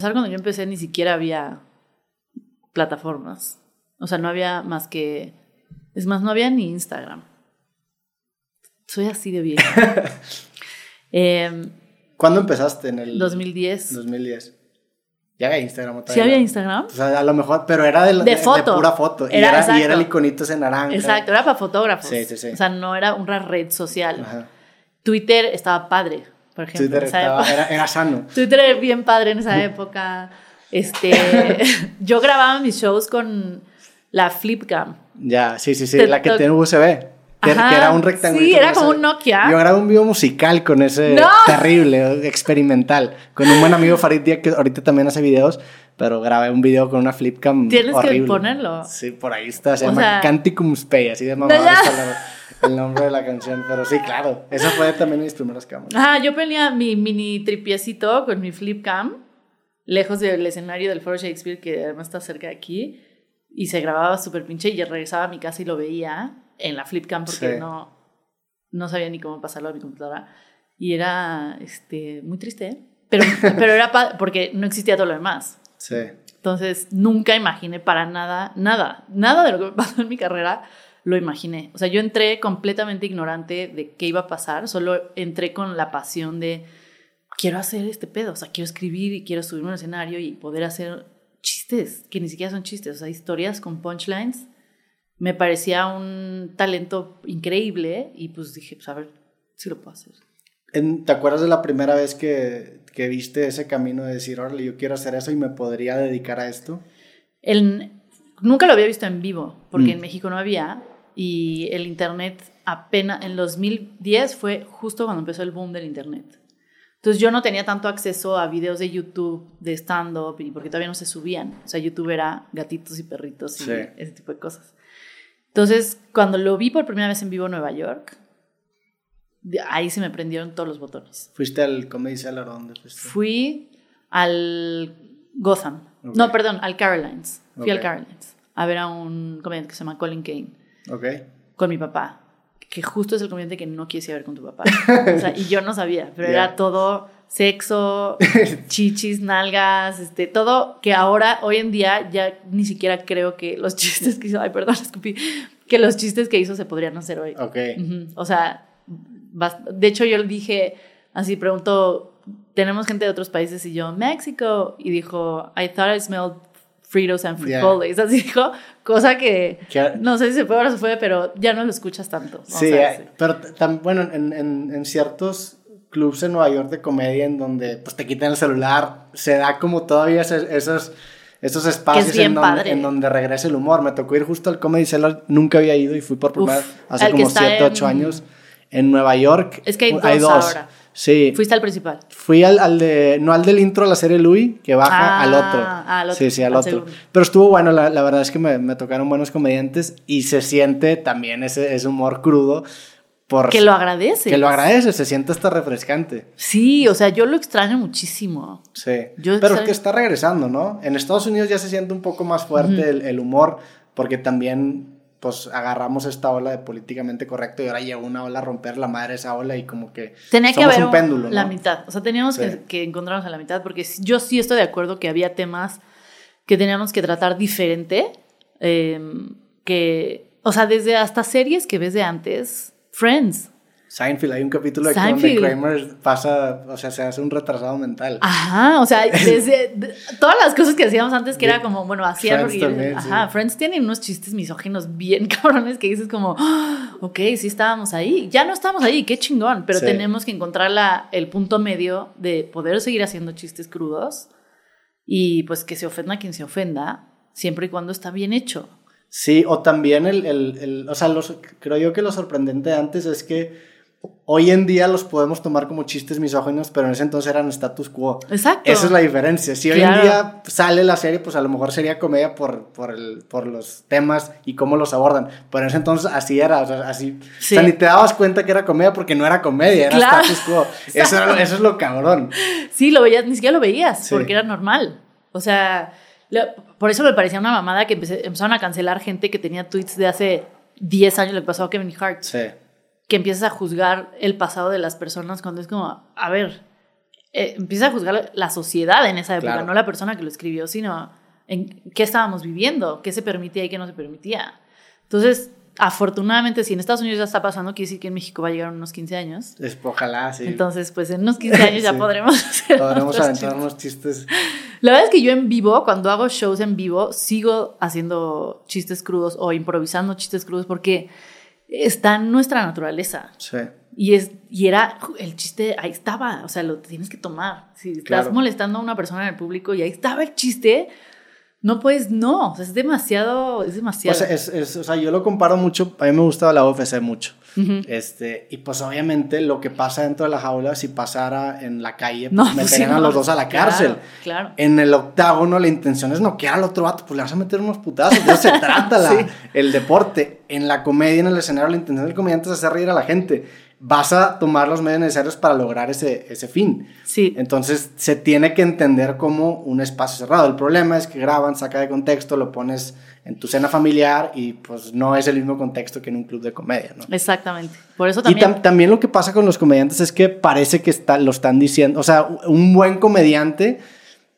¿Sabes? Cuando yo empecé ni siquiera había plataformas. O sea, no había más que... Es más, no había ni Instagram. Soy así de vieja. eh, ¿Cuándo empezaste? En el 2010. 2010. Ya había Instagram otra ¿Sí vez, había ¿no? Ah, Instagram? O sea, a lo mejor, pero era de, la- De foto. pura foto. Era- y, era, y exacto. era el iconito ese naranja. Exacto, era para fotógrafos. Sí, sí, sí. O sea, no era una red social. Ajá. Twitter estaba padre, por ejemplo. Twitter en esa estaba- época. era, era sano. Twitter era bien padre en esa época. Este, yo grababa mis shows con la Flipcam. Ya, sí, sí, sí. Te la que toc- tiene USB. Que, Ajá, que era un rectángulo. sí, era como un Nokia. Yo grabé un video musical con ese ¡No! terrible, experimental. Con un buen amigo Farid Díaz, que ahorita también hace videos, pero grabé un video con una flipcam. Tienes que horrible. ponerlo. Sí, por ahí está. Se O llama sea- Canticum Spey, así de No, mamada ya. está la- el nombre de la canción. Pero sí, claro. Esa fue también mis primeras cámaras. Ajá, yo ponía mi mini tripiecito con mi Flipcam, lejos del escenario del Foro Shakespeare, que además está cerca de aquí, y se grababa súper pinche y ya regresaba a mi casa y lo veía en la Flipcam porque Sí. no, no sabía ni cómo pasarlo a mi computadora. Y era este, muy triste, ¿eh? pero, pero era pa- porque no existía todo lo demás. Sí. Entonces, nunca imaginé para nada, nada, nada de lo que me pasó en mi carrera lo imaginé. O sea, yo entré completamente ignorante de qué iba a pasar, solo entré con la pasión de quiero hacer este pedo, o sea, quiero escribir y quiero subirme al escenario y poder hacer chistes, que ni siquiera son chistes, o sea, historias con punchlines. Me parecía un talento increíble y pues dije, pues a ver si lo puedo hacer. En- ¿Te acuerdas de la primera vez que, que viste ese camino de decir, órale, yo quiero hacer eso y me podría dedicar a esto? El- nunca lo había visto en vivo, porque Mm. en México no había, y el Internet apenas, en 2010 fue justo cuando empezó el boom del Internet. Entonces yo no tenía tanto acceso a videos de YouTube, de stand-up, y porque todavía no se subían. O sea, YouTube era gatitos y perritos y Sí. ese tipo de cosas. Entonces, cuando lo vi por primera vez en vivo en Nueva York, de- ahí se me prendieron todos los botones. Fuiste al Comedy Cellar, ¿a ¿dónde fuiste? Fui al Gotham. Ok. No, perdón, al Carolines. Fui al Ok. Carolines a ver a un comediante que se llama Colin Kane Ok. con mi papá, que justo es el comediante que no quise ver con tu papá. O sea, y yo no sabía, pero Ya. era todo sexo, chichis, nalgas, este, todo que ahora, hoy en día, ya ni siquiera creo que los chistes que hizo, ay, perdón, escupí, que los chistes que hizo se podrían hacer hoy. Ok. Ujú. O sea, bas- de hecho yo le dije, así preguntó, tenemos gente de otros países y yo, México. Y dijo, I thought I smelled Fritos and Yeah. frijoles. Así dijo, cosa que Que- no sé si se puede o no se puede, pero ya no lo escuchas tanto. O sí, sea, eh, pero t- tam- bueno, en, en- en ciertos clubs en Nueva York de comedia en donde pues te quitan el celular, se da como todavía ese- esos, esos espacios bien en, donde, padre. en donde regresa el humor. Me tocó ir justo al Comedy Cellar, nunca había ido y fui por primera Uf, vez hace al que como está 7, 8 en- años en Nueva York. Es que hay dos ahora. Sí. Fuiste al principal. Fui al, al de, no al del intro a la serie Louis, que baja Ah, al, otro. al otro, Sí, sí, al, al otro. segundo. Pero estuvo bueno, la, la verdad es que me, me tocaron buenos comediantes y se siente también ese, ese humor crudo. Por, Que lo agradece. que lo agradece, se siente hasta refrescante. Sí, o sea, yo lo extraño muchísimo. Sí. Yo Pero extraño- que está regresando, ¿no? En Estados Unidos ya se siente un poco más fuerte el, el humor, porque también pues agarramos esta ola de políticamente correcto y ahora llegó una ola a romper la madre esa ola y como que Tenía que somos haber un un- péndulo, la ¿no? mitad. O sea, teníamos Sí. que, que encontrarnos a la mitad porque sí- yo sí estoy de acuerdo que había temas que teníamos que tratar diferente. eh, que, o sea, desde hasta series que ves de antes, Friends. Seinfeld, hay un capítulo de Seinfeld. Ah. donde Kramer pasa, o sea, se hace un retrasado mental. Ajá, o sea, desde de- todas las cosas que hacíamos antes que era como, bueno, hacían Friends porque yo- también, sí. ajá, Friends tienen unos chistes misóginos bien cabrones que dices como, "Ah, ok, sí estábamos ahí, ya no estamos ahí, qué chingón, pero Sí. tenemos que encontrar la, el punto medio de poder seguir haciendo chistes crudos y pues que se ofenda quien se ofenda, siempre y cuando está bien hecho. Sí, o también el, el- el- o sea, los, creo yo que lo sorprendente de antes es que hoy en día los podemos tomar como chistes misóginos, pero en ese entonces eran status quo. Exacto. Esa es la diferencia. Si hoy en Claro. día sale la serie, pues a lo mejor sería comedia por, por, el- por los temas y cómo los abordan. Pero en ese entonces así era, o sea, así. Sí. O sea, ni te dabas cuenta que era comedia porque no era comedia, era Claro. status quo. Eso, era lo- eso es lo cabrón. Sí, lo veías, ni siquiera lo veías, Sí. porque era normal. O sea, lo- por eso me parecía una mamada que empecé- empezaron a cancelar gente que tenía tweets de hace 10 años, lo que pasó a Kevin Hart. Sí. Que empiezas a juzgar el pasado de las personas cuando es como, a ver, eh, empieza a juzgar la sociedad en esa época, Claro. no la persona que lo escribió, sino en qué estábamos viviendo, qué se permitía y qué no se permitía. Entonces, afortunadamente, si en Estados Unidos ya está pasando, quiere decir que en México va a llegar en unos 15 años. Es- ojalá, sí. Entonces, pues en unos 15 años ya Sí. podremos hacer Podremos nuestros aventar unos chistes. la verdad es que yo en vivo, cuando hago shows en vivo, sigo haciendo chistes crudos o improvisando chistes crudos porque está en nuestra naturaleza. Sí. Y, es, y era ju- el chiste, ahí estaba, o sea, lo tienes que tomar. Si estás Claro. molestando a una persona en el público y ahí estaba el chiste, no puedes, no, o sea, es demasiado, es O demasiado. sea, Pues es- es- o sea, yo lo comparo mucho. A mí me gustaba la UFC mucho. Ujú. Este, y pues obviamente lo que pasa dentro de la jaula, si pasara en la calle, No, pues pues sí, meterían a no. los dos a la Claro, cárcel. Claro. En el octágono la intención es noquear al otro vato, pues le vas a meter unos putazos, de eso se trata la- Sí. el deporte. En la comedia, en el escenario, la intención del comediante es hacer reír a la gente. Vas a tomar los medios necesarios para lograr ese, ese fin. Sí, Entonces se tiene que entender como un espacio cerrado. El problema es que graban, saca de contexto, lo pones en tu cena familiar y pues no es el mismo contexto que en un club de comedia, ¿no? exactamente. Por eso Y también. tam- también lo que pasa con los comediantes es que parece que está, lo están diciendo, o sea, u- un buen comediante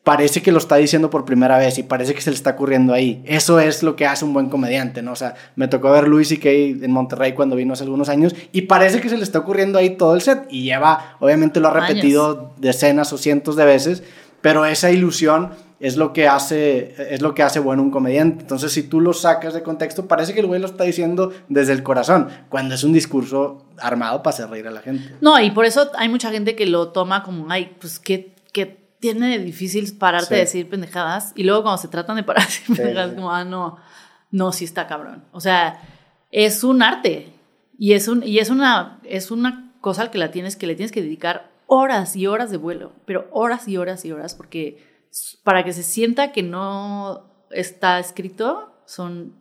parece que lo está diciendo por primera vez y parece que se le está ocurriendo ahí. Eso es lo que hace un buen comediante, ¿no? O sea, me tocó ver Luis y Kay en Monterrey cuando vino hace algunos años y parece que se le está ocurriendo ahí todo el set y lleva, obviamente lo ha Años. repetido decenas o cientos de veces, pero esa ilusión es lo que hace es lo que hace bueno un comediante. Entonces, si tú lo sacas de contexto, parece que el güey lo está diciendo desde el corazón, cuando es un discurso armado para hacer reír a la gente. No, y por eso hay mucha gente que lo toma como, ay, pues que, tiene de difícil pararte Sí. a decir pendejadas. Y luego cuando se tratan de parar a decir pendejadas, sí. como, ah, no, no, sí está cabrón. O sea, es un arte. Y es, un, y es, una, es una cosa al que, la tienes, que le tienes que dedicar horas y horas de vuelo, pero horas y horas y horas, porque s- para que se sienta que no está escrito son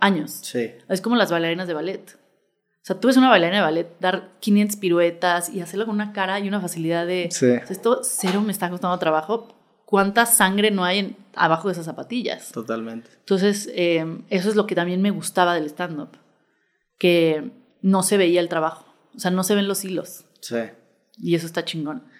años. Sí. Es como las bailarinas de ballet. O sea, tú ves una bailarina de ballet dar 500 piruetas y hacerlo con una cara y una facilidad de... Sí. "O sea, esto cero me está costando trabajo. ¿Cuánta sangre no hay en- abajo de esas zapatillas? Totalmente. Entonces, eh, eso es lo que también me gustaba del stand-up. Que no se veía el trabajo. O sea, no se ven los hilos. Sí. Y eso está chingón.